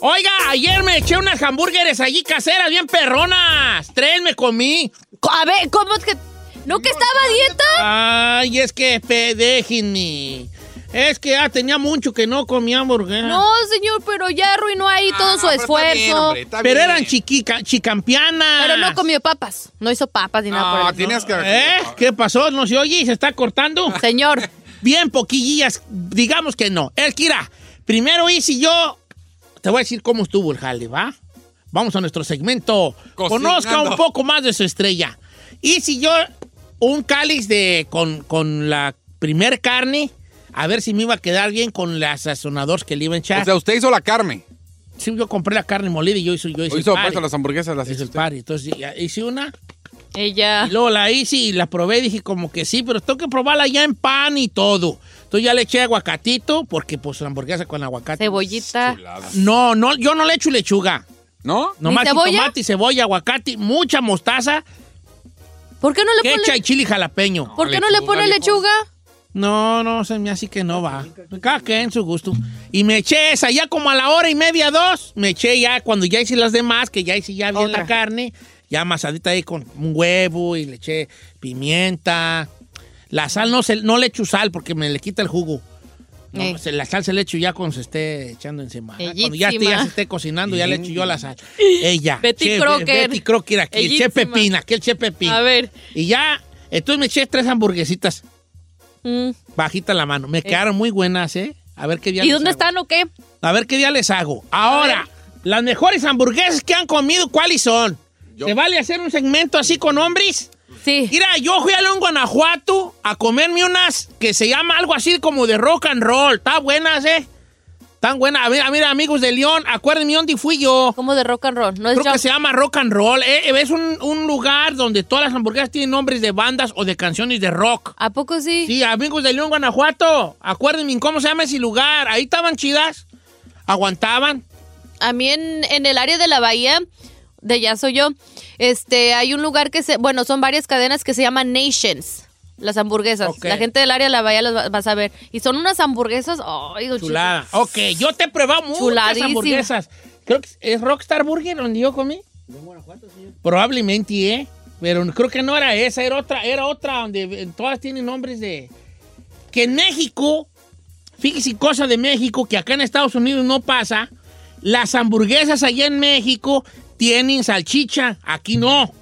Oiga, ayer me eché unas hamburgueres allí caseras, bien perronas. Tres me comí. A ver, ¿cómo es que...? ¿No que estaba a dieta? Ay, es que pe- déjenme. Es que ya tenía mucho que no comía hamburguesas. No, señor, pero ya arruinó ahí todo su esfuerzo. Pero eran chiquica, chicampianas. Ah, Pero no comió papas. No hizo papas ni nada por No, el tienes que. ¿Eh? ¿Qué pasó? ¿No se oye? ¿Se está cortando? Señor, Bien poquillas, digamos que no. Es que mira, primero hice yo... Te voy a decir cómo estuvo el jale, ¿va? Vamos a nuestro segmento. Cocinando. Conozca un poco más de su estrella. Hice yo un cáliz de, con, con la primer carne, a ver si me iba a quedar bien con las sazonadores que le iba a echar. O sea, usted hizo la carne. Sí, yo compré la carne molida y yo hice, yo hice O hizo el pues, party. las hamburguesas, las Hice hizo el usted. party. Entonces ya hice una... ella... Y luego la hice y la probé y dije como que sí, pero tengo que probarla ya en pan y todo. Entonces ya le eché aguacatito, porque pues la hamburguesa con aguacate. Cebollita. Chulada. No, no, yo no le echo lechuga. ¿No? Nomás ¿Ni cebolla? tomate, cebolla, aguacate, mucha mostaza, ¿Por qué no le quecha pone, y chili jalapeño. ¿por qué no le Lechuga, pone viejo. lechuga? No, no, se me hace que no va. Cada quien su gusto. Y me eché esa ya como a la hora y media, dos. Me eché ya cuando ya hice las demás, que ya hice ya bien la Otra. carne. Ya amasadita ahí con un huevo y le eché pimienta. La sal no, se, no le echo sal porque me le quita el jugo. No, Eh. se- la sal se le echo ya cuando se esté echando encima. Ah, Cuando ya, esté- Bellísima. ya se esté cocinando, ya le echo yo la sal. Ella. Betty Chef, eh, Crocker. Betty Crocker aquí. El chef Bellísima. Pepín, aquí el chef Pepín. A ver. Y ya, entonces me eché tres hamburguesitas. mm. Bajita la mano. Me quedaron muy buenas, ¿eh? A ver qué día ¿Y les dónde hago. están o qué? A ver qué día les hago. Ahora, las mejores hamburguesas que han comido, ¿cuáles son? ¿Se vale hacer un segmento así con hombres? Sí. Mira, yo fui a León, Guanajuato a comerme unas que se llama algo así como de rock and roll. Están buenas, ¿eh? Están buenas. A ver, a ver, amigos de León, acuérdenme dónde fui yo. Como de rock and roll. No es Creo que jump. se llama Rock and Roll. Eh, Es un, un lugar donde todas las hamburguesas tienen nombres de bandas o de canciones de rock. ¿A poco sí? Sí, amigos de León, Guanajuato. Acuérdenme cómo se llama ese lugar. Ahí estaban chidas. Aguantaban. A mí en, en el área de la bahía, de ya soy yo, este, hay un lugar que se, bueno, son varias cadenas que se llaman Nations. Las hamburguesas. Ok. La gente del área de la bahía las va- vas a ver. Y son unas hamburguesas. Ay, don Cheto. Chulada. Ok, yo te he probado muchas Chuladísima. hamburguesas. Creo que es Rockstar Burger donde yo comí. Probablemente, ¿eh? Pero creo que no era esa, era otra, era otra donde eh, todas tienen nombres de... Que en México, fíjese cosa de México, que acá en Estados Unidos no pasa, las hamburguesas allá en México tienen salchicha, aquí no.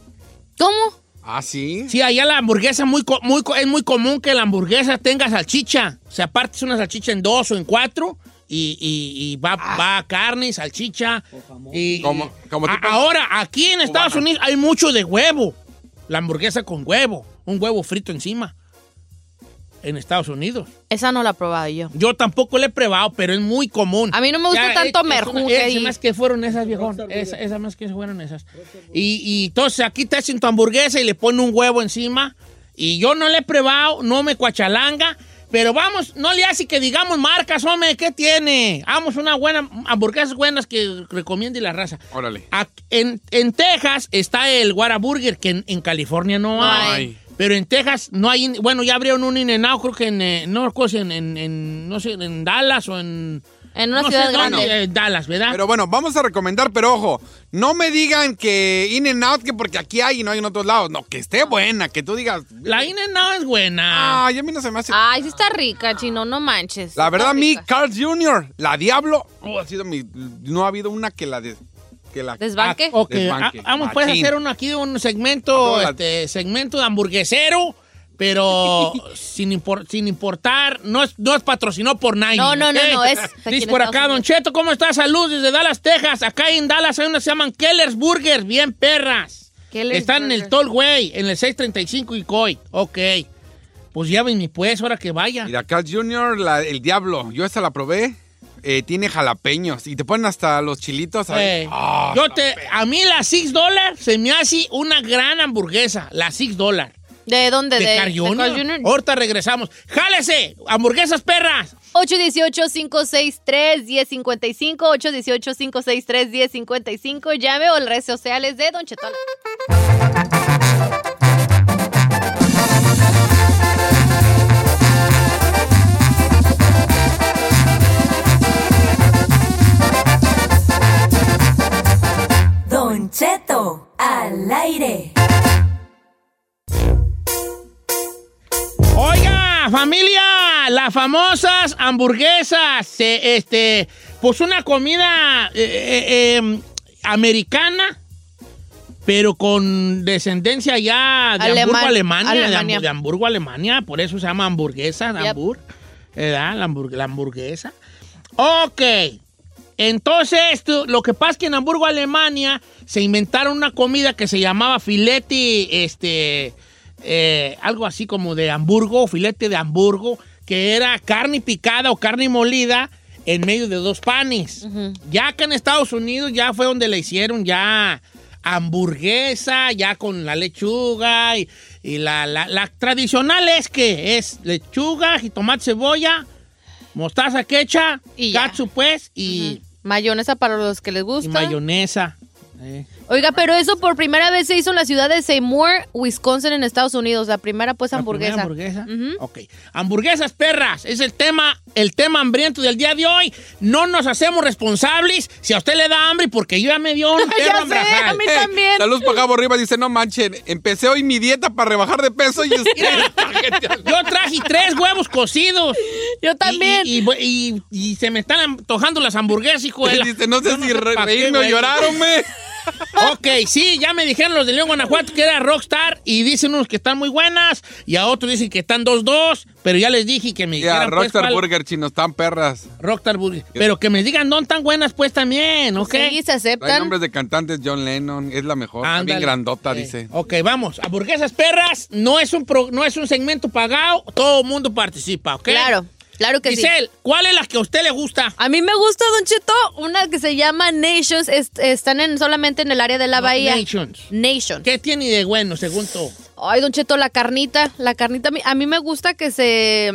¿Cómo? Ah, sí. Sí, allá la hamburguesa muy, co- muy, co- es muy común que la hamburguesa tenga salchicha. O sea, partes una salchicha en dos o en cuatro y, y- y va, va carne, salchicha. Y, Como- como a- tipo- ahora, aquí en Estados Cubana. Unidos hay mucho de huevo. La hamburguesa con huevo, un huevo frito encima. En Estados Unidos. Esa no la he probado yo. Yo tampoco la he probado, pero es muy común. eh, A mí no me gusta tanto merjuque merjuque. y- más que fueron esas, viejón. Esa, esa más que fueron esas. Y, y entonces aquí te hacen tu hamburguesa y le ponen un huevo encima. Y yo no le he probado, no me cuachalanga. Pero vamos, no le hace que digamos marcas, hombre, ¿qué tiene? Vamos, una buena, hamburguesas buenas que recomiende la raza. Órale. A- En, en Texas está el Whataburger, que en, en California no hay. hay. Pero en Texas no hay. in- Bueno, ya abrieron un in creo que en. eh, no, recuerdo si en, en- en- no sé, en Dallas o en. En una no ciudad sé dónde, grande. eh, Dallas, ¿verdad? Pero bueno, vamos a recomendar, pero ojo, no me digan que In and Out, que porque aquí hay y no hay en otros lados. No, que esté buena, que tú digas. Ah. la in Ah. es buena. Ay, a mí no se me hace. Ay, sí está rica, chino, no manches. La verdad, Está mi rica. Carl Jr., la Diablo, oh, ha sido mi. No ha habido una que la. de- que la Desbanque. Ah, ok. Desbanque. Ah, vamos pues a Machín. Ah, hacer uno aquí un segmento, No, la- este, segmento de hamburguesero, pero sin, impor- sin importar, no es, no es patrocinado por Nike. No, no, no, ¿ok? no, es aquí Dice en por Estados acá, Don Unidos. Cheto, ¿cómo estás? Salud desde Dallas, Texas. Acá en Dallas hay unas que se llaman Keller's Burgers, bien perras. Keller's Están en el Burger. Tollway, en el 635 y Coy. Ok. Pues llévenme pues, ahora que vaya. Mira, Carl Jr., la- el diablo. Yo esta la probé. eh, tiene jalapeños. Y te ponen hasta los chilitos. ahí. Eh, Ah, yo está te, pe- a mí la 6 dólares se me hace una gran hamburguesa, la 6 dólares. ¿De dónde? De, ¿De, Carl Jr. Carl Jr.? Oh. Ahorita regresamos. ¡Jálese! ¡Hamburguesas perras! 818-563-1055, 818-563-1055, llame o las redes sociales de Don Chetón. Don Cheto, al aire. Oiga, familia, las famosas hamburguesas, eh, este, pues una comida eh, eh, eh, americana, pero con descendencia ya de Alemán- Hamburgo, Alemania, de Hambu- Alemania. De, Hamburgo, Alemania, por eso se llama hamburguesa, de Yep. Hamburg, ¿verdad? La, hamburg- la hamburguesa. Ok, entonces tú- lo que pasa es que en Hamburgo, Alemania, se inventaron una comida que se llamaba filete, este, eh, algo así como de Hamburgo, filete de Hamburgo, que era carne picada o carne molida en medio de dos panes. Ya que en Estados Unidos ya fue donde le hicieron ya hamburguesa, ya con la lechuga y, y la, la- la tradicional es que es lechuga, jitomate, cebolla, mostaza, quecha, Y ya. katsu pues y, Mayonesa para los que les y gusta. mayonesa. Eh. Oiga, pero eso por primera vez se hizo en la ciudad de Seymour, Wisconsin, en Estados Unidos. La primera, pues, La hamburguesa. primera hamburguesa. Ok. Hamburguesas perras. Es el tema, el tema hambriento del día de hoy. No nos hacemos responsables si a usted le da hambre porque yo ya me dio un perro ya sé, a hambrajal. mí Eh, también. La luz para Gabo Rivas dice, no manchen, empecé hoy mi dieta para rebajar de peso y ustedes- Yo traje tres huevos cocidos. Yo también. Y, y- y- y se me están antojando las hamburguesas, hijo de la- dice, no sé Yo si re- pa' qué, reírme o güey. llorar, hombre. Ok, sí, ya me dijeron los de León, Guanajuato que era Rockstar y dicen unos que están muy buenas y a otros dicen que están 2-2, pero ya les dije que me Ya, dijeran pues, Rockstar cuál- Burger, chinos, tan perras. Rockstar Burger. Pero que me digan no tan buenas pues también, ¿ok? Sí, se Hay aceptan. nombres de cantantes, John Lennon, es la mejor. está Ándale. bien grandota, Sí. dice. Ok, vamos. Hamburguesas perras no es un pro- no es un segmento pagado, todo el mundo participa, ¿ok? Claro, claro que sí. Giselle, ¿cuál es la que a usted le gusta? A mí me gusta, Don Cheto, una que se llama Nations. es- están en, solamente en el área de la bahía. Nations. Nation. ¿Qué tiene de bueno, según tú? Ay, Don Cheto, la carnita, la carnita. a mí- A mí me gusta que se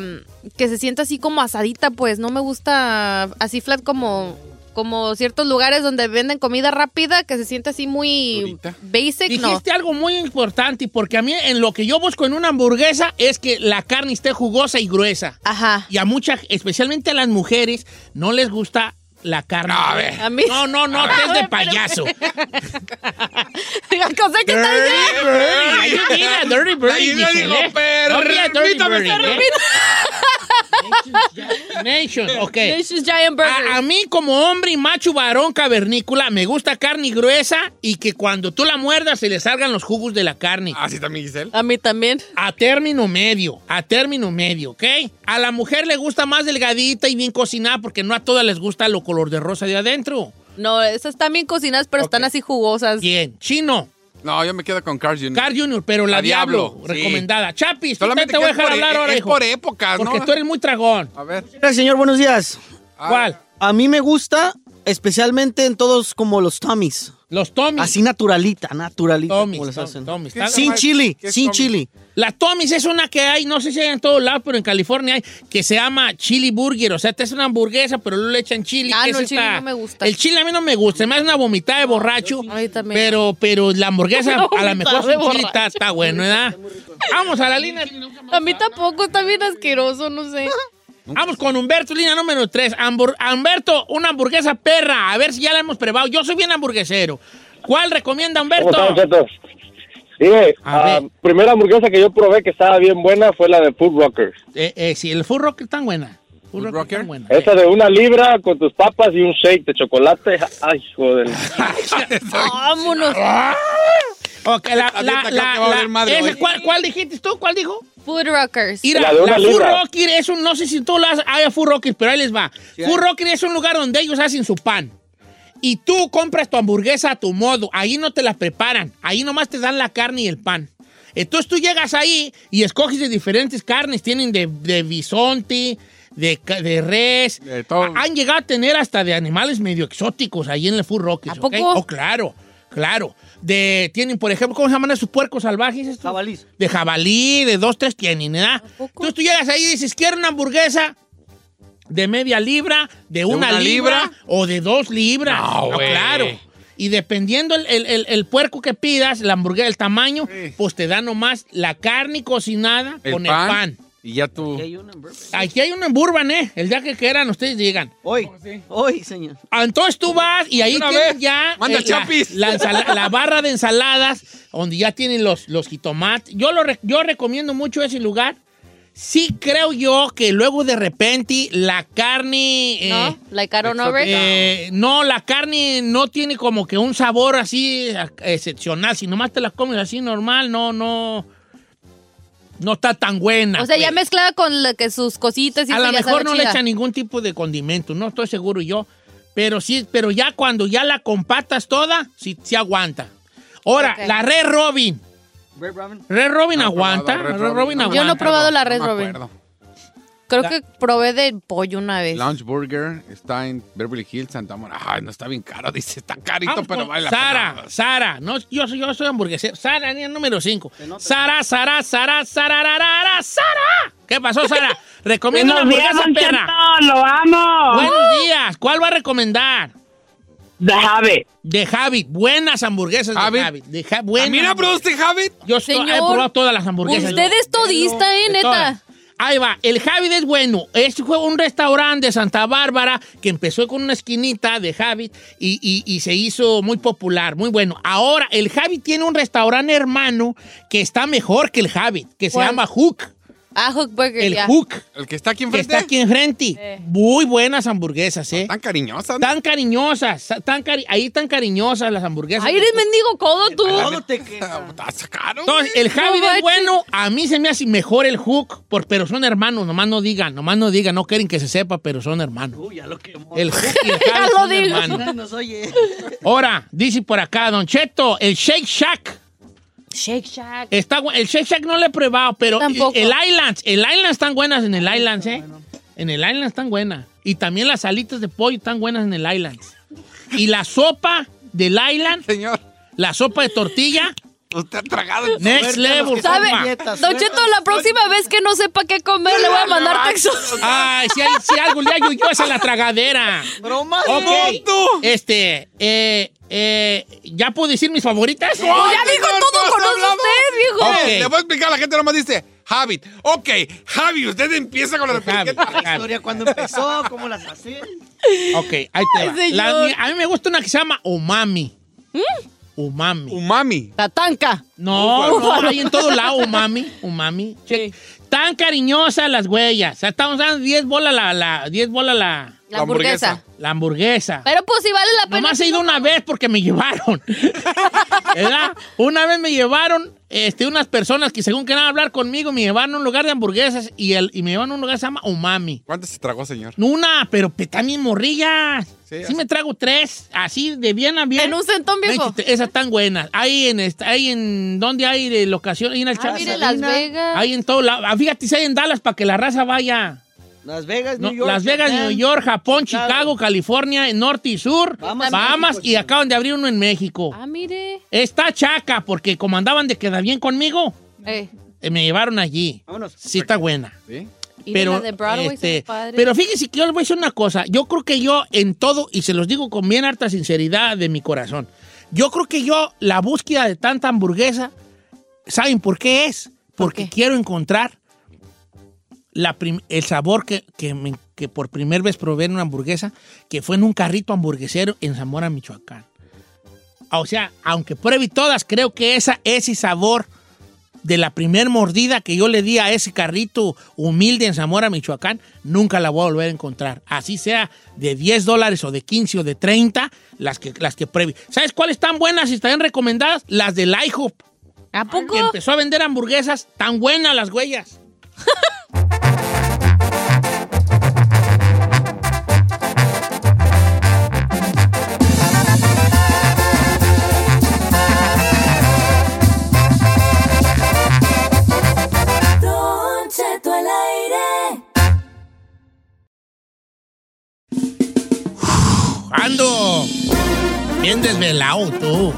que se sienta así como asadita, pues. No me gusta así flat como como ciertos lugares donde venden comida rápida que se siente así muy Durita. basic, no. Dijiste algo muy importante, porque a mí en lo que yo busco en una hamburguesa es que la carne esté jugosa y gruesa. Ajá. Y a muchas, especialmente a las mujeres, no les gusta la carne. A ver. A mí- No, no, no, que es de payaso. Cosa que está bien. Ay, you did a dirty bird, Ahí yo Giselle, digo, ¿eh? pero Don't be a dirty permítame, bird, permítame. ¿eh? Nations, ok. Nations Giant Burger. A, a mí como hombre y macho varón cavernícola me gusta carne gruesa y que cuando tú la muerdas se le salgan los jugos de la carne. Así Ah, también, Giselle. A mí también. A término medio, a término medio, ¿ok? A la mujer le gusta más delgadita y bien cocinada porque no a todas les gusta lo color de rosa de adentro. No, esas están bien cocinadas, pero están así jugosas. Bien, chino, No, yo me quedo con Carl Jr. Car Jr., pero la A Diablo, Diablo, sí. recomendada. Chapis, tú Solamente te voy a que es dejar por hablar e- ahora, es hijo, por épocas, ¿no? Porque tú eres muy tragón. A ver. Mira, señor, buenos días. Ah, ¿Cuál? A mí me gusta, especialmente en todos como los Tommys. Los Tommys. Así naturalita, naturalita. Tommys, como les Tom- hacen. Tommys. ¿Qué Sin es- chili, qué es sin Tommy's? chili. La Tommy's es una que hay, no sé si hay en todos lados, pero en California hay, que se llama chili burger. O sea, esta es una hamburguesa, pero luego le echan chili. Ah, que no, es el chili esta- no me gusta. El chili a mí no me gusta, me hace una vomitada de borracho. A mí también. Pero, pero la hamburguesa, Una a lo mejor vomitada de sin chili está, borracho. está bueno, ¿verdad? Vamos a la línea. A mí tampoco, está bien asqueroso, no sé. Vamos con Humberto, línea número 3. Humberto, una hamburguesa perra. A ver si ya la hemos probado. Yo soy bien hamburguesero. ¿Cuál recomienda, ¿Cómo Humberto? están, Cheto? Sí, A ah, ver. primera hamburguesa que yo probé que estaba bien buena fue la de Food Rockers. Eh, eh, sí, el Full Rocker tan buena. Full Full Rocker, Rocker. tan buena. Esa de una libra con tus papas y un shake de chocolate. Ay, joder. Vámonos. Ok, la, La la, dieta la- creo que va a la- valer madre esa, hoy. ¿cuál, cuál dijiste tú? ¿Cuál dijo? Food Rockers. Mira, La de una la Full libra. Rocker es un, no sé si tú la has, hay a Full Rocker, pero ahí les va. Full Rocker es un lugar donde ellos hacen su pan. Y tú compras tu hamburguesa a tu modo. Ahí no te la preparan. Ahí nomás te dan la carne y el pan. Entonces tú llegas ahí y escoges de diferentes carnes. Tienen de, de bisonte, de, ca- de res. De todo. Ha- Han llegado a tener hasta de animales medio exóticos ahí en el Full Rockets. ¿A ¿ok? poco? Oh, claro, claro. De, tienen, por ejemplo, ¿cómo se llaman esos puercos salvajes? estos? Jabalís. De jabalí, de dos, tres tienen, ¿verdad? poco? Entonces tú llegas ahí y dices, quiero una hamburguesa de media libra, de una, una libra, libra? o de dos libras. No, No, güey. claro. Y dependiendo el, el- el- el puerco que pidas, la hamburguesa, el tamaño, Sí. pues te da nomás la carne cocinada El con pan. el pan. Y ya tú. Aquí hay una en Burbank. Aquí hay uno en Burban, ¿eh? El día que quieran, ustedes digan. Hoy, hoy, señor. Ah, Entonces tú vas y ahí Una tienen vez. ya Manda eh, la- chapis. La, ensala- la barra de ensaladas donde ya tienen los, los jitomates. Yo, lo re- yo recomiendo mucho ese lugar. Sí creo yo que luego de repente la carne... eh, ¿No? Like I don't know, Rick. eh, no, la carne no tiene como que un sabor así a- excepcional. Si nomás te la comes así normal, no, no... No está tan buena. o sea, ya pues. mezclada con la que sus cositas y A eso lo ya mejor sabe no le chida. echan ningún tipo de condimento, no estoy seguro yo. Pero sí, pero ya cuando ya la compatas toda, sí, sí aguanta. Ahora, Ok. la Red Robin. Red Robin. Red Robin No he aguanta. probado Red Red Robin, Robin no. aguanta. Yo no he probado la No Red me Robin. acuerdo. Creo La- que probé de pollo una vez. Lounge Burger está en Beverly Hills, Santa Mónica. Ay, no está bien caro, dice, está carito, Vamos pero con vale la Sara, pena. Sara, no, yo, soy- yo soy hamburguesero. Sara, niña número 5. Sara, Sara, Sara, Sara, Sara, Sara. ¿Qué pasó, Sara? Recomiendo una Buenos días, hamburguesa Don perra. Cheto, lo amo. Buenos días. ¿Cuál va a recomendar? The Habit. De Javi. Buenas hamburguesas de Habit. Javi. De Ja- ¿A buenas mí no produce Javi? Yo estoy- Señor, he probado todas las hamburguesas. Usted es todista, ¿eh, De neta? todas. Ahí va, el Javid es bueno. Este fue un restaurante de Santa Bárbara que empezó con una esquinita de Javid y, y- y se hizo muy popular, muy bueno. Ahora, el Javid tiene un restaurante hermano que está mejor que el Javid, que se ¿Cuál? llama Hook. Ah, Hook Burger, El ya. Eh. Hook, El que está aquí que enfrente. está aquí enfrente. Muy buenas hamburguesas, ¿eh? Ah, Tan cariñosa. ¿no? Tan cariñosas, tan cari- ahí tan cariñosas las hamburguesas. Ay, eres mendigo codo tú. Todo te queda. Está caro. Entonces, el Javi No es manches. bueno. A mí se me hace mejor el Hook, por, pero son hermanos. Nomás no digan, nomás no digan. No quieren que se sepa, pero son hermanos. Uy, ya lo quemó. El Hook y el Javi Ya lo son digo. hermanos. Ay, nos oye. Ahora, dice por acá, Don Cheto, el Shake Shack. Shake Shack. Está, gu- el Shake Shack no lo he probado, pero Tampoco. Ah, el Islands. El Islands están buenas en el Islands, ¿eh? En el Islands están buenas. Y también las alitas de pollo están buenas en el Islands. Y la sopa del Island, Señor, la sopa de tortilla, usted ha tragado. next level. ¿Sabe? compa. Don Cheto, la próxima vez que no sepa qué comer, le voy a mandar texto. Ay, si, hay, si algo le ayudó es a la tragadera. Broma. Ok. tú. Este, eh, eh, ¿ya puedo decir mis favoritas? Ya dijo todo, conoce usted, viejo. Ok, Ok. Le voy a explicar a la gente, nomás dice Javi. Ok, Javi, usted empieza con la Javi, repetición. Javi. Historia, cuando empezó, cómo las hacía. Ok, ahí te va. señor. La mía- a mí me gusta una que se llama Umami. Um- Umami. Umami. La tanca. No, no, hay en todo lado Umami. Umami. Che- Tan cariñosas las huellas. O sea, estamos dando 10 bolas la, la, 10 bolas la, La hamburguesa. la hamburguesa. Pero pues si vale la pena. Nomás he ido una vez porque me llevaron. ¿Verdad? Una vez me llevaron este, unas personas que según querían hablar conmigo, me llevaron a un lugar de hamburguesas y, el, y me llevaron a un lugar que se llama Umami. ¿Cuánto se tragó, señor? Una, pero pe- también morrillas. Sí, Sí, así. me trago tres, así de bien a bien. En un centón, viejo. 23, Esas tan buenas. Ahí en, esta- ahí en ¿dónde hay de locación? Ahí en el Ah, mire, Las Vegas. Ahí en todo lado. Ah, Fíjate, si hay en Dallas para que la raza vaya. Las Vegas, No, New York. Las Vegas, Japan. New York, Japón, Chicago. Chicago, California, norte y sur, Bahamas Bahamas, y México, y sí. acaban de abrir uno en México. Ah, mire. Está chaca, porque como andaban de quedar bien conmigo, Eh, eh, me llevaron allí. Vámonos. Sí está buena. ¿Sí? ir a Pero, la de Broadway, este, son padres. pero fíjense que yo les voy a decir una cosa. Yo creo que yo en todo, y se los digo con bien harta sinceridad de mi corazón, yo creo que yo la búsqueda de tanta hamburguesa, ¿saben por qué es? Porque qué? quiero encontrar la prim- el sabor que, que, me- que por primera vez probé en una hamburguesa, que fue en un carrito hamburguesero en Zamora, Michoacán. Ah, O sea, aunque pruebe todas, creo que esa, ese sabor de la primer mordida que yo le di a ese carrito humilde en Zamora, Michoacán, nunca la voy a volver a encontrar. Así sea de 10 dólares o de 15 o de 30, las que, las que previ. ¿Sabes cuáles están buenas y están recomendadas? Las del IHOP, ¿A poco? que empezó a vender hamburguesas tan buenas las huellas. trabajando. Bien desvelado tú.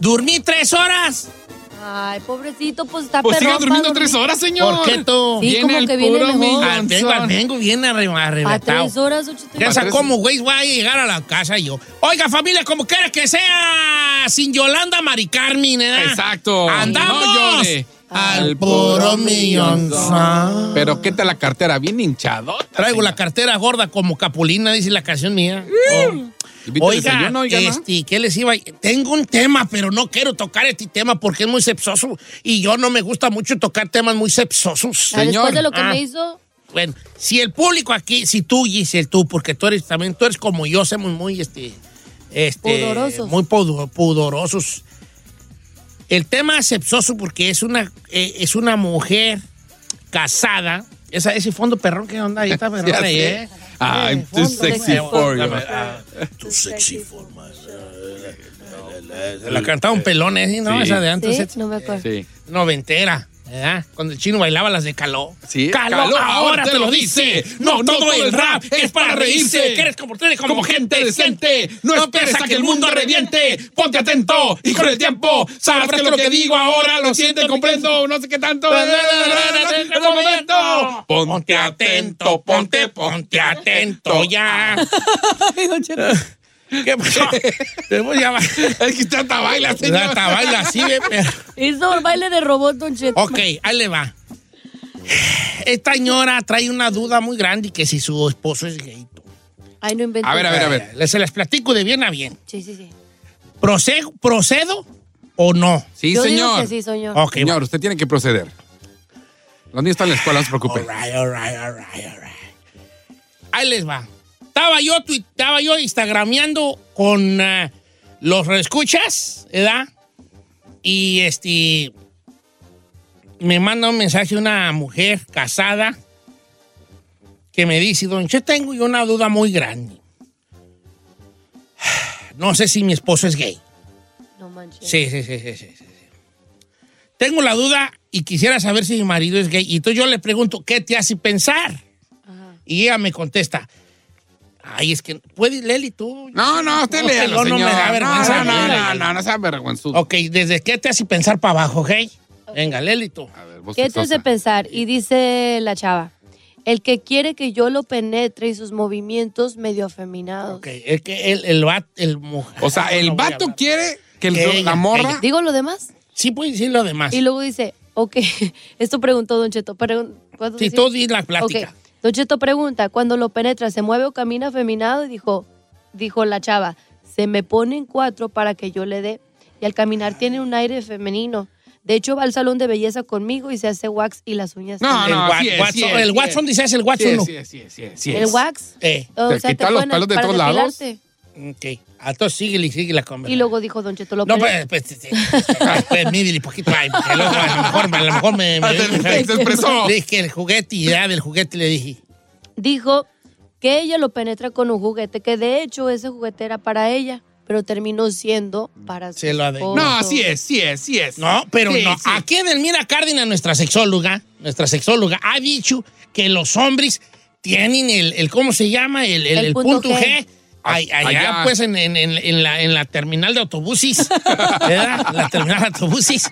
Dormí tres horas. Ay, pobrecito, pues está Pues siga perrón pa' durmiendo dormir. tres horas, señor. ¿Por qué tú? Sí, como el que viene puro mejor. Ah, vengo, millonzón. vengo bien arre- A arrebatado. tres horas, ocho Ya A sé tres- cómo, güey, voy a llegar a la casa yo. Oiga, familia, como quiera que sea, sin Yolanda Mari Carmen, ¿eh? Exacto. Andamos No llore. al puro millón. Pero qué tal la cartera, bien hinchado. Traigo la cartera gorda como Capulina, dice la canción mía. Oh. Oiga, este, ¿qué les iba? a- Tengo un tema, pero no quiero tocar este tema porque es muy sepsoso y yo no me gusta mucho tocar temas muy sepsosos. Ah, señor. Después de lo que Ah. me hizo, Bueno, si el público aquí, si tú, Giselle, tú, porque tú eres también, tú eres como yo, somos muy, este, este, Pudorosos. muy pudo- pudorosos. El tema es sepsoso porque es una, eh, es una mujer casada. Esa, ese fondo perrón que onda ahí está perrón ahí, ¿eh? Ah, I'm too sexy Eh, for you. ah, tu sexy forma. Se la cantaban pelones, ¿eh? ¿sí? ¿no? Sí. Esa de antes, ¿sí? es No me acuerdo. Sí. noventera, ¿verdad? Cuando el chino bailaba las de caló. Sí, caló, Caló, ahora te lo dice. No, todo, el rap es para reírse. Quieres comportarte como, gente decente. No esperes a que el mundo reviente. Ponte atento y con el tiempo sabrás que lo que digo ahora lo siento y comprendo. No sé qué tanto. Es el momento. Ponte atento, ponte, ponte atento ya. ¿Qué pasó? Te voy a llamar. Es que usted hasta baila, señor. Hasta baila así, ve, pero- Hizo un baile de robot, Don Cheto. Ok, ahí le va. Esta señora trae una duda muy grande que si su esposo es gay. Ay, no inventé. A ver, a ver, a ver. Se las platico de bien a bien. Sí, sí, sí. ¿Procedo, procedo o no? Sí, Yo digo señor. que sí, señor. Ok, Señor, usted tiene que proceder. Los niños están en la escuela, no se preocupe. Alright, alright, alright, alright. Ahí les va. Estaba yo, tuit- estaba yo instagrameando con ah, los reescuchas, ¿verdad? Y este. Me manda un mensaje una mujer casada que me dice: Don, yo tengo yo una duda muy grande. No sé si mi esposo es gay. No manches. Sí, sí, sí, sí, sí, sí, sí. Tengo la duda y quisiera saber si mi marido es gay. Y entonces yo le pregunto, ¿qué te hace pensar? Y ella me contesta, ay, es que, ¿puedes, Leli, tú? No, no, usted le No, no me da vergüenza. No, no, no, no, no sea vergüenzudo. Ok, ¿desde qué te hace pensar para abajo, gay? Venga, Leli, tú. A ver, vos ¿Qué te Sosa. hace pensar? Y dice la chava, el que quiere que yo lo penetre y sus movimientos medio afeminados. Ok, es que el, el, vato- el mujer. O sea, el No voy a vato hablar. quiere que el- Ella, la morra. ella. ¿Digo lo demás? Sí, puedes decir lo demás. Y luego dice, ok, esto preguntó Don Cheto. pregun- ¿puedo Sí, decir? tú di la Ok, plática. Don Cheto pregunta, cuando lo penetra, ¿se mueve o camina afeminado? Y dijo, dijo la chava, se me pone en cuatro para que yo le dé. Y al caminar tiene un aire femenino. De hecho, va al salón de belleza conmigo y se hace wax y las uñas. No, El, también. no, wa- sí es, sí Watson- es, el sí Watson es. dice es el Sí, Watson. no. sí, sí, sí, sí, ¿El wax? Eh, O Te sea, te quita los ponen pelos de para todos lados. depilarte. ok. Ah, Entonces síguele, y síguele la conversación. Y luego dijo Don Cheto, lo No, penetra. pues, pues, sí, sí. Ay, pues, mírele poquito. Ay, porque luego a lo mejor, a lo mejor me. me- Se expresó. Le dije el juguete y ya del juguete le dije. pues. dijo que ella lo penetra con un juguete, que de hecho ese juguete era para ella, pero terminó siendo para su Se lo adentró. esposo. No, así es, sí es, sí es. No, pero Pues, Sí, no. sí. Aquí en Elmira Cárdenas, nuestra sexóloga, nuestra sexóloga, ha dicho que los hombres tienen el, el ¿cómo se llama? El, el- El el punto punto G. G. Ay- allá, Allá. pues, en, en- en- en la, en la terminal de autobuses. ¿Verdad? La terminal de autobuses.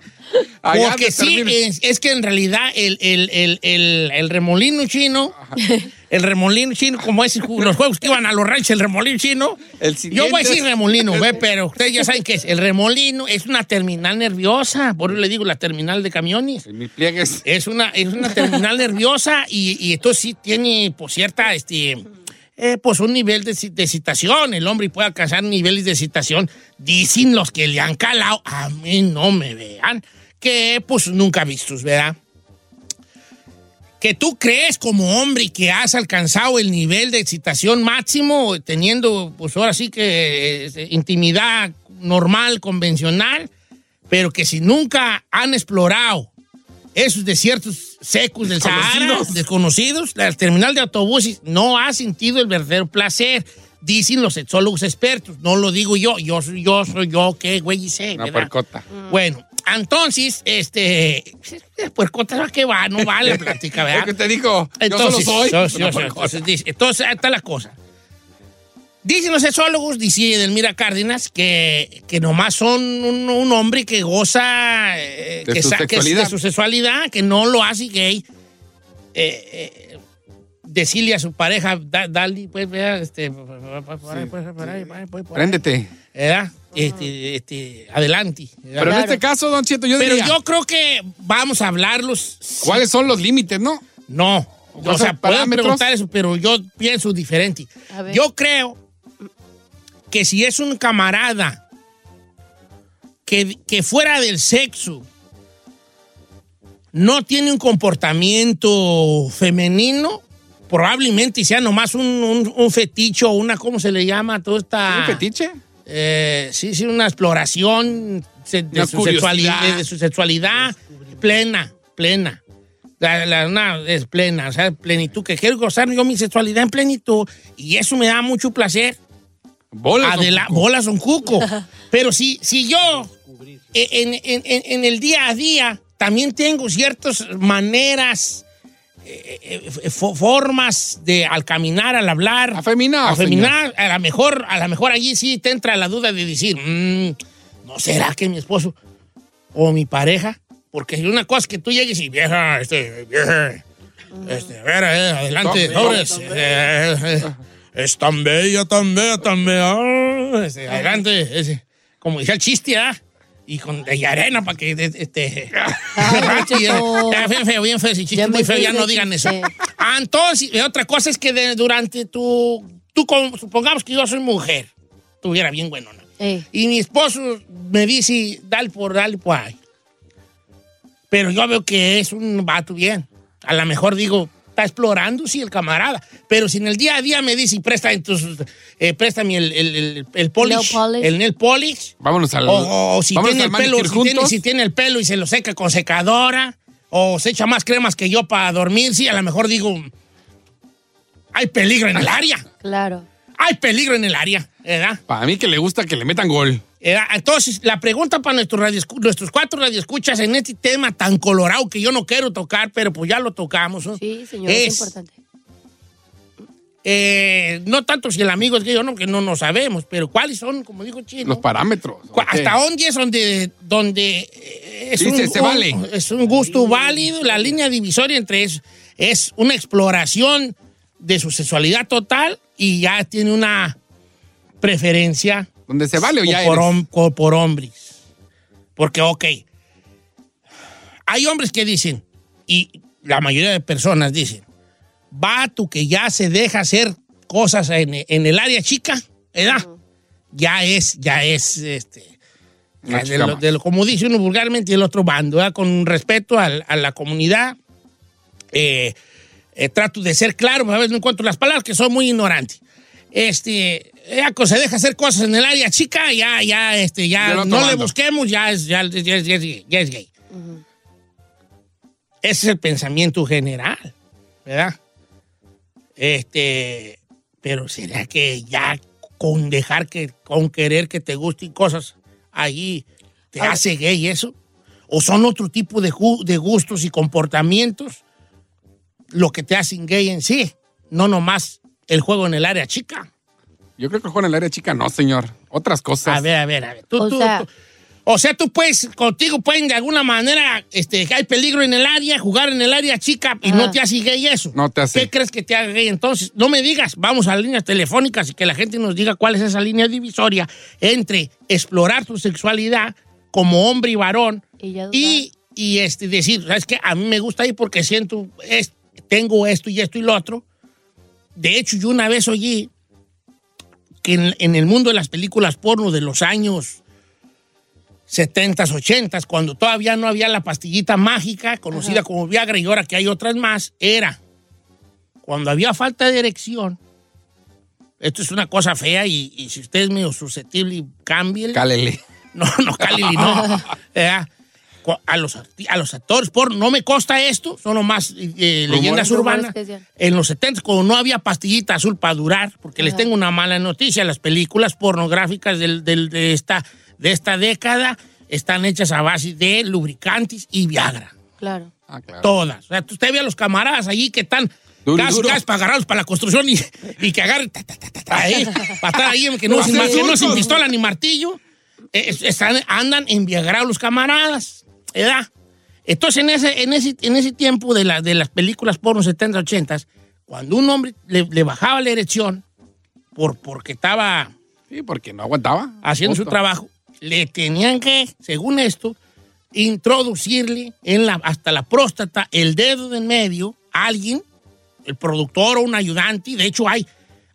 Allá Porque se sí, termina. es, es que en realidad el, el- el- el- el remolino chino, el remolino chino, como es los juegos que iban a los ranchos, el remolino chino. El yo voy a siguiente. decir remolino, ve, pero ustedes ya saben que es. El remolino es una terminal nerviosa, por eso le digo la terminal de camiones. Mis pliegues. Es una, es una terminal nerviosa y, y esto sí tiene, pues, cierta, este, eh, pues, un nivel de, ci- de excitación. El hombre puede alcanzar niveles de excitación. Dicen los que le han calado, a mí no me vean, que, pues, nunca vistos, ¿verdad? Que tú crees como hombre que has alcanzado el nivel de excitación máximo, teniendo, pues, ahora sí que eh, intimidad normal, convencional, pero que si nunca han explorado esos desiertos secos del Sahara, Desconocidos. desconocidos, la terminal de autobuses, no ha sentido el verdadero placer. Dicen los sexólogos expertos, no lo digo yo, yo soy yo, soy yo, qué güey, y sé, Una ¿verdad? puercota. Bueno, entonces, este, puercota, ¿qué va? No vale la plática, Es ¿verdad? que te dijo, yo Entonces, solo soy. yo- yo una soy, puercota. entonces dice, entonces, ahí está la cosa. Dicen los sexólogos, dice Edelmira Cárdenas, que, que nomás son un, un hombre que goza eh, De que su sa- que es- sexualidad. de su sexualidad, que no lo hace gay. Eh, eh, decirle a su pareja, da- dale, pues, vea, este, por ahí, pues, por ahí, por ahí, pues, por ahí. Préndete. ¿Verdad? Este, este, adelante. ¿verdad? Pero en este caso, Don Cheto, yo Pero diría, yo creo que vamos a hablarlos. ¿cuáles son los límites, no? No. ¿Cuáles O sea, son pueden parámetros? preguntar eso, pero yo pienso diferente. A ver. Yo creo que si es un camarada que, que fuera del sexo no tiene un comportamiento femenino, probablemente sea nomás un, un, un feticho, una, ¿cómo se le llama? Toda esta... ¿Un fetiche? Eh, sí, sí, una exploración se- de, Una su curiosidad. sexualidad, de su sexualidad plena, plena. La, la- una es plena, o sea, plenitud, que quiero gozar yo mi sexualidad en plenitud y eso me da mucho placer. Bolas. don Adela- Cuco. bolas son cuco. Pero si, si yo eh, en, en- en- en el día a día también tengo ciertas maneras, eh, eh, eh, fo- formas de al caminar, al hablar. Afeminado, Afeminado. A lo mejor, a lo mejor allí sí te entra la duda de decir, "Mm, ¿no será que mi esposo o mi pareja? Porque hay una cosa que tú llegues y vieja, este, vieja, este, a ver, eh, adelante, Tom, sobres, eh, eh, eh, es tan bella, tan bella, tan bella. ah, este, adelante, ese, como decía el chiste, ¿ah? Y con y arena para que de- este. rápido. Ya, bien feo, bien feo, ese chiste, Ah, Ya me muy feo, fui ya de no digan eso. chiste. Ah, entonces, y otra cosa es que de- durante tu. Tú, con- supongamos que yo soy mujer, tuviera bien buenona. Eh. Y mi esposo me dice, dale por, dale por ahí. Pero yo veo que es un vato bien. A lo mejor digo, está explorando, sí, el camarada. Pero si en el día a día me dice, presta entonces, eh, préstame el, el, el, el polish, Nail polish. el nail polish. Vámonos al. O, o- o si, vámonos tiene al el pelo, manicure si, tiene, juntos. si tiene el pelo y se lo seca con secadora. O se echa más cremas que yo para dormir. Sí, a lo mejor digo, hay peligro en el área. Claro. Hay peligro en el área, ¿verdad? Para mí que le gusta que le metan gol. Eh, Entonces, la pregunta para nuestros, radioescu- nuestros cuatro radioescuchas en este tema tan colorado que yo no quiero tocar, pero pues ya lo tocamos. ¿no? Sí, señor, es, Es- importante. Eh, no tanto si el amigo es gay o no, que no, no sabemos, pero cuáles son, como dijo Chino. Los parámetros. cu- Ok. Hasta dónde es donde, donde eh, es, Dice, un, se un- vale. es un gusto válido, la línea divisoria entre es, es una exploración de su sexualidad total y ya tiene una preferencia Donde se vale o o ya por, eres? hom- co- por hombres. Porque, ok, hay hombres que dicen, y la mayoría de personas dicen, vato que ya se deja hacer cosas en, e- en el área chica, ¿verdad? Ya es, ya es, este, Una ya chica de lo- más. de lo- como dice uno vulgarmente, el otro bando, ¿verdad? Con respeto al- a la comunidad, eh, eh, trato de ser claro, a veces no encuentro las palabras, que soy muy ignorante. Este, ya co- se deja hacer cosas en el área chica, ya, ya, este, ya Del otro no le bando. busquemos, ya es, ya, ya es- ya es gay. ya es gay. Ese es el pensamiento general, ¿verdad? Este, pero será que ya con dejar que, con querer que te gusten cosas allí, te hace gay eso? ¿O son otro tipo de, ju- de gustos y comportamientos lo que te hacen gay en sí? No nomás el juego en el área chica. Yo creo que juega en el área chica, no, señor. Otras cosas. A ver, a ver, a ver. Tú- O tú- sea- tú- o sea, tú puedes, contigo pueden de alguna manera, este, que hay peligro en el área, jugar en el área chica y Ah. no te hace gay eso. No te hace. ¿Qué crees que te haga gay entonces? No me digas, vamos a líneas telefónicas y que la gente nos diga cuál es esa línea divisoria entre explorar tu sexualidad como hombre y varón Y ya y, y, este, decir, ¿sabes qué? A mí me gusta ahí porque siento, es- tengo esto y esto y lo otro. De hecho, yo una vez oí que en, en el mundo de las películas porno de los años 70, 80, cuando todavía no había la pastillita mágica, conocida como Viagra, y ahora que hay otras más, era cuando había falta de erección. Esto es una cosa fea y, y si usted es medio susceptible, cámbiele. Cálele. No, no, Calili, no. Eh, cu- a, los, arti- a los actores por no me consta esto, son los más eh, leyendas Rumores urbanas. que decían. En los 70, cuando no había pastillita azul para durar, porque les tengo una mala noticia, las películas pornográficas del- del- de, esta, de esta década están hechas a base de lubricantes y Viagra. Claro. Ah, claro. Todas. O sea, usted ve a los camaradas allí que están Duro y gas, duro. gas para agarrarlos para la construcción y, y que agarren ta, ta, ta, ta, ta, ahí, para estar ahí, que no, Para sin, hacer que no sin surcos. pistola ni martillo. Eh, es- están, andan enviagrados los camaradas, ¿verdad? Entonces, en ese, en ese, en ese tiempo de, la- de las películas porno 70, 80, cuando un hombre le, le bajaba la erección por, porque estaba Sí, porque no aguantaba. haciendo su Justo. trabajo, le tenían que, según esto, introducirle en la, hasta la próstata el dedo de en medio a alguien, el productor o un ayudante. De hecho, hay,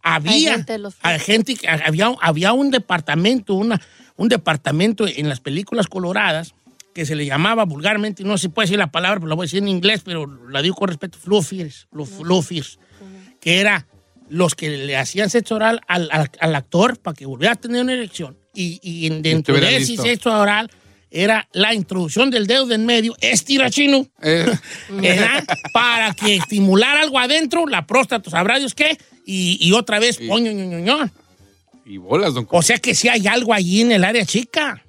había, Hay gente de los- hay gente que- había, había un departamento, una, un departamento en las películas coloradas que se le llamaba vulgarmente, no se puede decir la palabra, pero la voy a decir en inglés, pero la digo con respeto, fluffiers, fluf- fluffiers, que era los que le hacían sexo oral al, al- al actor para que volviera a tener una erección. Y, y en- dentro estuviera de ese listo. sexo oral era la introducción del dedo de en medio, estira chino, Eh, ¿verdad? para que estimular algo adentro, la próstata, sabrá Dios qué, y, y otra vez, Sí. poño, ño, ño, ño. y bolas, don O sea que si hay algo allí en el área chica.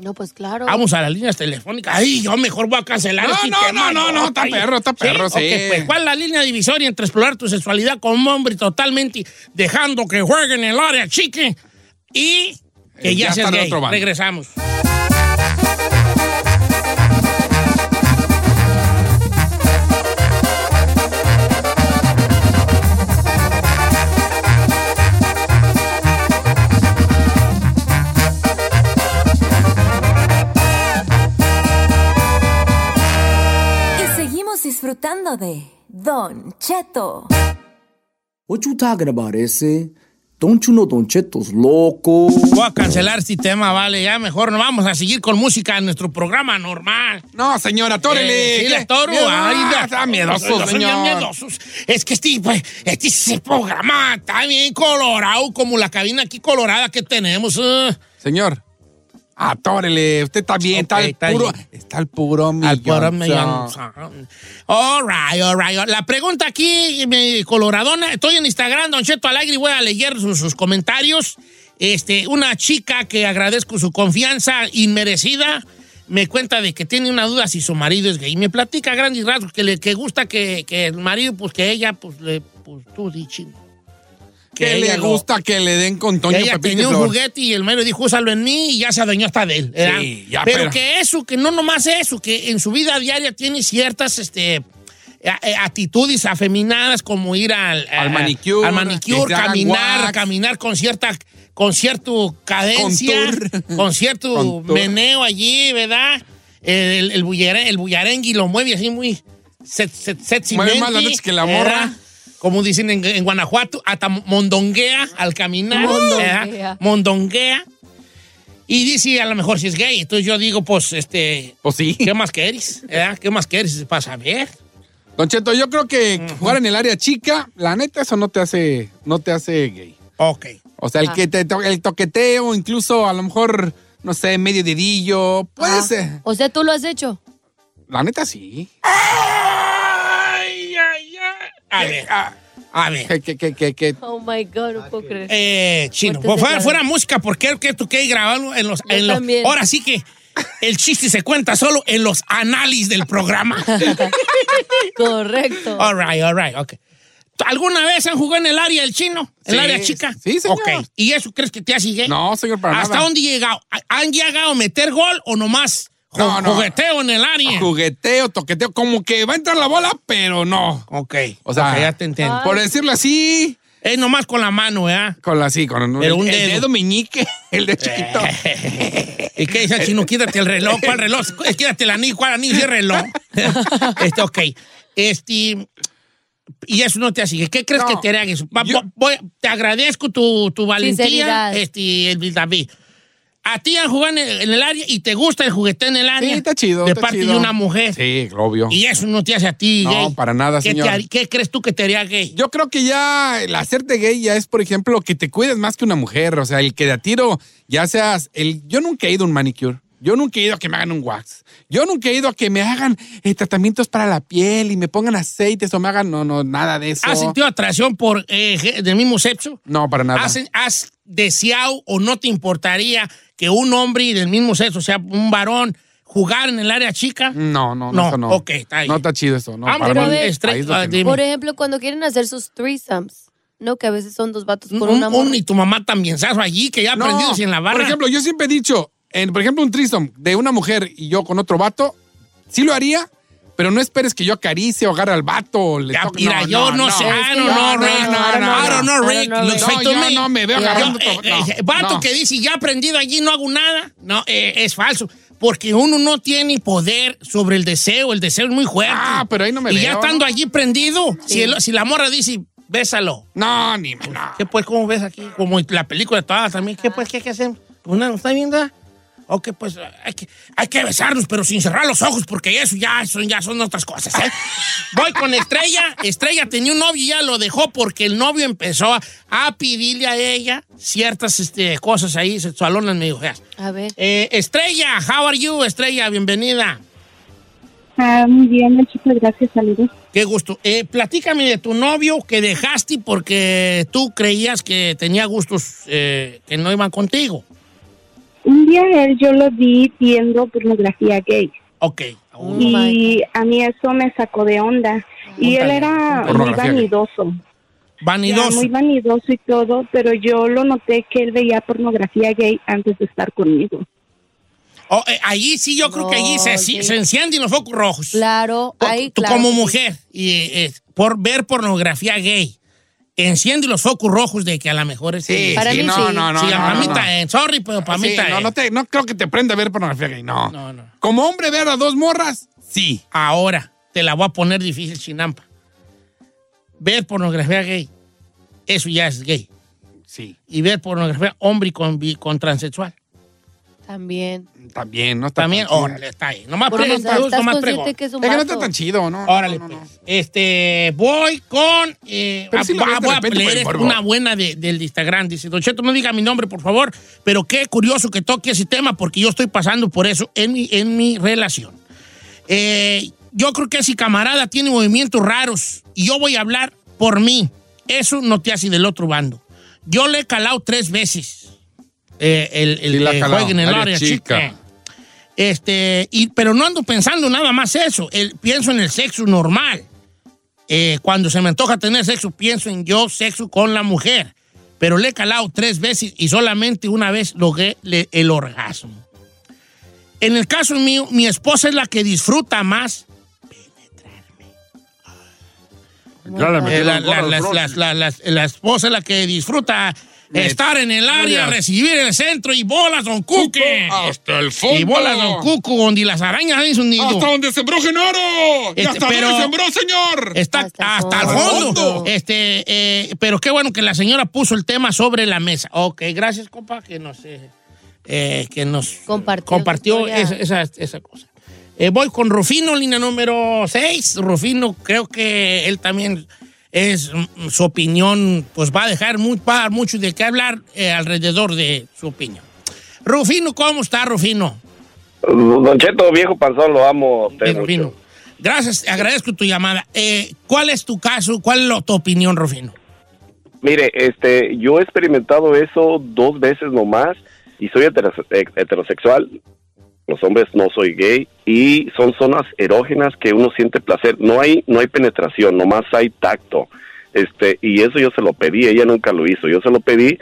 No, pues claro. Vamos a las líneas telefónicas. Ay, yo mejor voy a cancelar. No, este no, tema, no, no, no, está Ay, perro, está perro, sí. Ok, pues, ¿cuál es la línea divisoria entre explorar tu sexualidad como hombre totalmente dejando que jueguen en el área chique y que Eh, ya, ya seas están en gay? otro bando. Regresamos. Y seguimos disfrutando de Don Cheto. What you talking about, ese? Don't you know Don Cheto's loco? Voy a cancelar este tema, vale. Ya mejor no vamos a seguir con música en nuestro programa normal. No, señora, tórele. Eh, sí, le toro. Miedo, Ay, ah, está miedoso, son bien señor. miedosos. Es que este, pues, este sí programa está bien colorado, como la cabina aquí colorada que tenemos. eh. Señor, atórele. Usted está bien, está Ok, al está puro. bien. Está al puro millón. Al cuadro me llaman, son. son. All right, all right. all- La pregunta aquí, mi coloradona. Estoy en Instagram, Don Cheto Alegre, y voy a leer sus, sus comentarios. Este, una chica que agradezco su confianza inmerecida me cuenta de que tiene una duda si su marido es gay. Me platica a grandes rasgos que le que gusta que, que el marido, pues que ella, pues le, pues tú di chingo. Que le ella lo- gusta que le den con Toño que ella Pepín de tenía un Flor. juguete y el mero dijo, úsalo en mí y ya se adueñó hasta de él. ¿verdad? ya, pero, pero- que eso, que no nomás eso, que en su vida diaria tiene ciertas este, a- eh, actitudes afeminadas como ir al, Al a- manicure, al manicure, que te hagan caminar, wax. caminar con cierta con cierto cadencia, Contour. con cierto Contour. meneo allí, ¿verdad? El, el, bullere- el bullarengui lo mueve así muy set, set, sexy Mueve más mente, la noche que la morra. ¿verdad? como dicen en, en Guanajuato, hasta mondonguea al caminar. ¿verdad? Mondonguea. Mondonguea. Y dice, a lo mejor si es gay. Entonces yo digo, pues, este, Pues sí. ¿qué más querés? ¿verdad? ¿Qué más querés para saber? Don Cheto, yo creo que jugar en el área chica, la neta, eso no te hace, no te hace gay. Ok. O sea, el, que te to- el toqueteo, incluso a lo mejor, no sé, medio dedillo, puede Ah, ser. O sea, tú lo has hecho. La neta, sí. A ver, Ah, a ver. que, que, que, que, que- Oh my God, Ah, no puedo creer. Eh, chino, Fuertes fuera, declaraciones. fuera música, porque creo que tú que grabarlo en los, Yo en los- también. Ahora sí que el chiste se cuenta solo en los análisis del programa. Correcto. All right, all right, ok. ¿Alguna vez han jugado en el área del chino? ¿En el Sí, área chica? sí, señor. Ok. ¿Y eso crees que te hace gay? No, señor, para ¿Hasta nada. dónde he llegado? ¿Han llegado a meter gol o nomás ju- No, no. jugueteo en el área? Jugueteo, toqueteo, como que va a entrar la bola, pero no. ok. O sea, ok, ya te entiendo. Por decirlo así, Es nomás con la mano, ¿verdad? con la sí, con Pero un el, el dedo. Eh. meñique, el de chiquito. ¿Y qué dice el chino? Quítate el reloj. ¿Cuál reloj? Eh, Quítate el anillo. ¿Cuál anillo? Sí, el reloj. este, ok. Este... Y eso no te hace. gay. ¿Qué crees No. que te haría eso? Va- Yo- voy- te agradezco tu, tu valentía, Sinceridad. este, el David. A ti han jugado en el, en el área y te gusta el juguete en el área. Sí, está chido, De está parte de chido. una mujer. Sí, obvio. Y eso no te hace a ti No, gay. para nada, ¿Qué, señor. te haría- qué crees tú que te haría gay? Yo creo que ya el hacerte gay ya es, por ejemplo, que te cuides más que una mujer. O sea, el que de a tiro ya seas. El, yo nunca he ido a un manicure. Yo nunca he ido a que me hagan un wax. Yo nunca he ido a que me hagan eh, tratamientos para la piel y me pongan aceites o me hagan. No, no, nada de eso. ¿Has sentido atracción por eh, ge- del mismo sexo? No, para nada. ¿Has, has deseado o no te importaría que un hombre del mismo sexo, o sea, un varón, jugar en el área chica? No, no, no. No, eso no. ok, está bien. Ah, No está chido eso. No, Vamos para con mí, estre- ahí es lo ah, que no. dime. Por ejemplo, cuando quieren hacer sus threesomes, ¿no? Que a veces son dos vatos Un, con una un- morra. y tu mamá también, ¿sabes? Allí, que ya No, aprendidos en la barra. Por ejemplo, yo siempre he dicho, en, por ejemplo, un tristom de una mujer y yo con otro vato, sí lo haría, pero no esperes que yo acaricie o agarre al vato. o le Ya, toque. mira, yo no, sé. ah, I don't know, no, no, Rick. no, no, I don't know, no, Rick. no, no, Looks no, like to yo me. no me veo Yo, agarrando eh, to- no, eh, vato no. que dice, ya aprendido allí, no hago nada. No, eh, es falso. Porque uno no tiene poder sobre el deseo. El deseo es muy fuerte. Ah, pero ahí no me Y veo, ya estando ¿no? allí prendido, si, el- si la morra dice, bésalo. No, ni no. ¿Qué pues? ¿Cómo ves aquí? Como la película todas también. ¿Qué pues? ¿Qué hay que hacer? ¿Una no está viendo? Ok, pues hay que, hay que besarnos, pero sin cerrar los ojos, porque eso ya son, ya son otras cosas, ¿eh? Voy con Estrella. Estrella tenía un novio y ya lo dejó porque el novio empezó a, a pedirle a ella ciertas este, cosas ahí, sexualonas, me dijo. feas. A ver. Eh, Estrella, how are you, Estrella? Bienvenida. Ah, muy bien, chicos, gracias, saludos. Qué gusto. Eh, platícame de tu novio que dejaste porque tú creías que tenía gustos eh, que no iban contigo. Un día a él yo lo vi viendo pornografía gay Ok. Oh y a mí eso me sacó de onda. Y él Júntale, era muy pornografía gay. vanidoso, ya, Vanidoso. muy vanidoso y todo, pero yo lo noté que él veía pornografía gay antes de estar conmigo. Oh, eh, allí sí, yo creo que allí se, No, sí- sí. se encienden los focos rojos. Claro, Co- ahí, tú claro como que sí. mujer, y, eh, por ver pornografía gay, enciende los focos rojos de que a lo mejor es... Sí, Para sí, mí no, sí. no, no, Sí, no, a no, mí no. también. Sorry, pero para mí Sí, también. no, no, te- no creo que te prenda a ver pornografía gay, no. No, no. Como hombre ver a dos morras, sí. Ahora te la voy a poner difícil, chinampa. Ver pornografía gay, eso ya es gay. Sí, Y ver pornografía hombre con, bi- con transexual. También. también, no está También, tan chido. órale, está ahí. Nomás Porque pregunta, estás Dulce, nomás consciente pregunta. que es un Es Oh, que no vato. está tan chido, ¿no? no, Órale, no, no. pues. Este, voy con. eh, Pero si ah, lo ves de voy a repente, leer pues, por favor. una buena de- del Instagram. Dice, Don Cheto, no diga mi nombre, por favor. Pero qué curioso que toque ese tema, porque yo estoy pasando por eso en mi, en mi relación. Eh, yo creo que si camarada tiene movimientos raros y yo voy a hablar por mí, eso no te hace del otro bando. Yo le he calado tres veces eh, el, el Sí la ha que calado, juegue en el área área chica. chica. Este, y, pero no ando pensando nada más eso. El- pienso en el sexo normal. Eh, cuando se me antoja tener sexo, pienso en yo sexo con la mujer. Pero le he calado tres veces y solamente una vez logré le- el orgasmo. En el caso mío, mi esposa es la que disfruta más Eh, la, la- las- las- la- las- la esposa es la que disfruta Eh, estar en el área, recibir el centro y bolas don Cuque. Hasta el fondo. Y bolas don Cuco, donde las arañas hacen su nido. Hasta donde sembró Genaro. Este, y hasta pero- donde sembró, señor. Está hasta, Hasta el el fondo. fondo. Este, eh, pero qué bueno que la señora puso el tema sobre la mesa. Ok, gracias, compa, que nos, eh, eh, que nos Compartió compartió la esa, historia. esa- esa cosa. Eh, voy con Rufino, línea número 6. Rufino, creo que él también es mm, su opinión, pues va a dejar mu- va a dar mucho de qué hablar eh, alrededor de su opinión. Rufino, ¿cómo está, Rufino? Don Cheto, viejo panzón, lo amo a usted Bien, mucho. Rufino. Gracias, agradezco tu llamada. Eh, ¿Cuál es tu caso? ¿Cuál es lo- tu opinión, Rufino? Mire, este, yo he experimentado eso dos veces nomás y soy heterose- he- heterosexual. Los hombres no soy gay y son zonas erógenas que uno siente placer. No hay, no hay penetración, nomás hay tacto. Este, y eso yo se lo pedí, ella nunca lo hizo, yo se lo pedí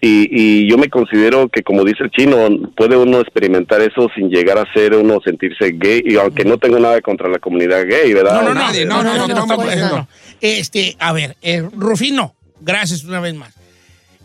y, y yo me considero que como dice el chino, puede uno experimentar eso sin llegar a ser uno sentirse gay y aunque no tengo nada contra la comunidad gay, ¿verdad? No, no, nadie, no, no, no, no, no, no, no. no. Este, a ver, eh, Rufino, gracias una vez más.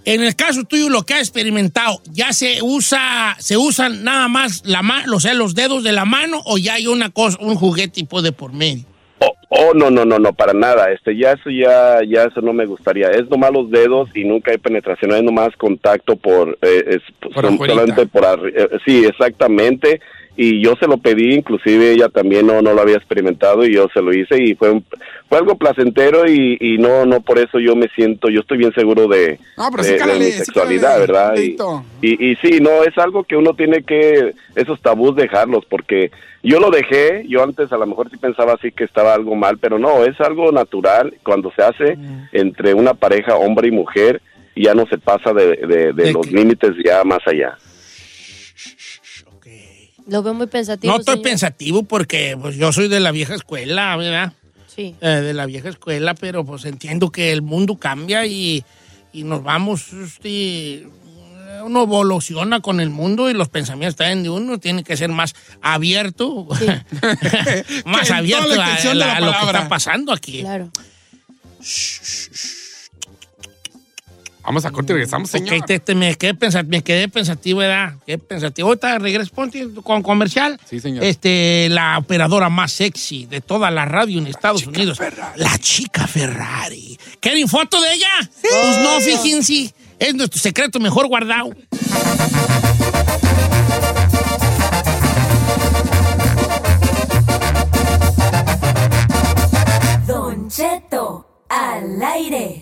En el caso tuyo, lo que has experimentado, ¿ya se usa, se usan nada más la ma- los, eh, los dedos de la mano o ya hay una cosa, un juguete tipo de por medio? Oh, oh, no, no, no, no, para nada. Este, ya eso, ya, ya eso no me gustaría. Es nomás los dedos y nunca hay penetración, es nomás contacto por, eh, es, Por son- afuerita. solamente por arri- eh, sí, exactamente. Y yo se lo pedí, inclusive ella también no, no lo había experimentado y yo se lo hice y fue, un- fue algo placentero y, y no, no por eso yo me siento, yo estoy bien seguro de, No, pero de, sí de cálale, mi sí sexualidad, cálale, ¿verdad? Y, dedito. y, y sí, no, es algo que uno tiene que, esos tabús dejarlos, porque yo lo dejé, yo antes a lo mejor sí pensaba así que estaba algo mal, pero no, es algo natural cuando se hace entre una pareja, hombre y mujer, ya no se pasa de, de- de ¿De los qué? límites ya más allá. Lo veo muy pensativo. No estoy señor. pensativo porque pues, yo soy de la vieja escuela, ¿verdad? Sí. Eh, de la vieja escuela, pero pues entiendo que el mundo cambia y, y nos vamos, este, uno evoluciona con el mundo y los pensamientos también de uno, tiene que ser más abierto, más Que en toda abierto la a, extensión de la- la a lo que palabra. está pasando aquí. Claro. Vamos a corte y regresamos, señor. Ok, te- te- me, quedé pensa- me quedé pensativo, ¿verdad? Quedé pensativo. Ahorita regreso, ponte con comercial. Sí, señor. Este, la operadora más sexy de toda la radio en Estados Unidos. La chica Ferrari. ¿Quieren foto de ella? Pues no, fíjense. Es nuestro secreto mejor guardado. Don Cheto al aire.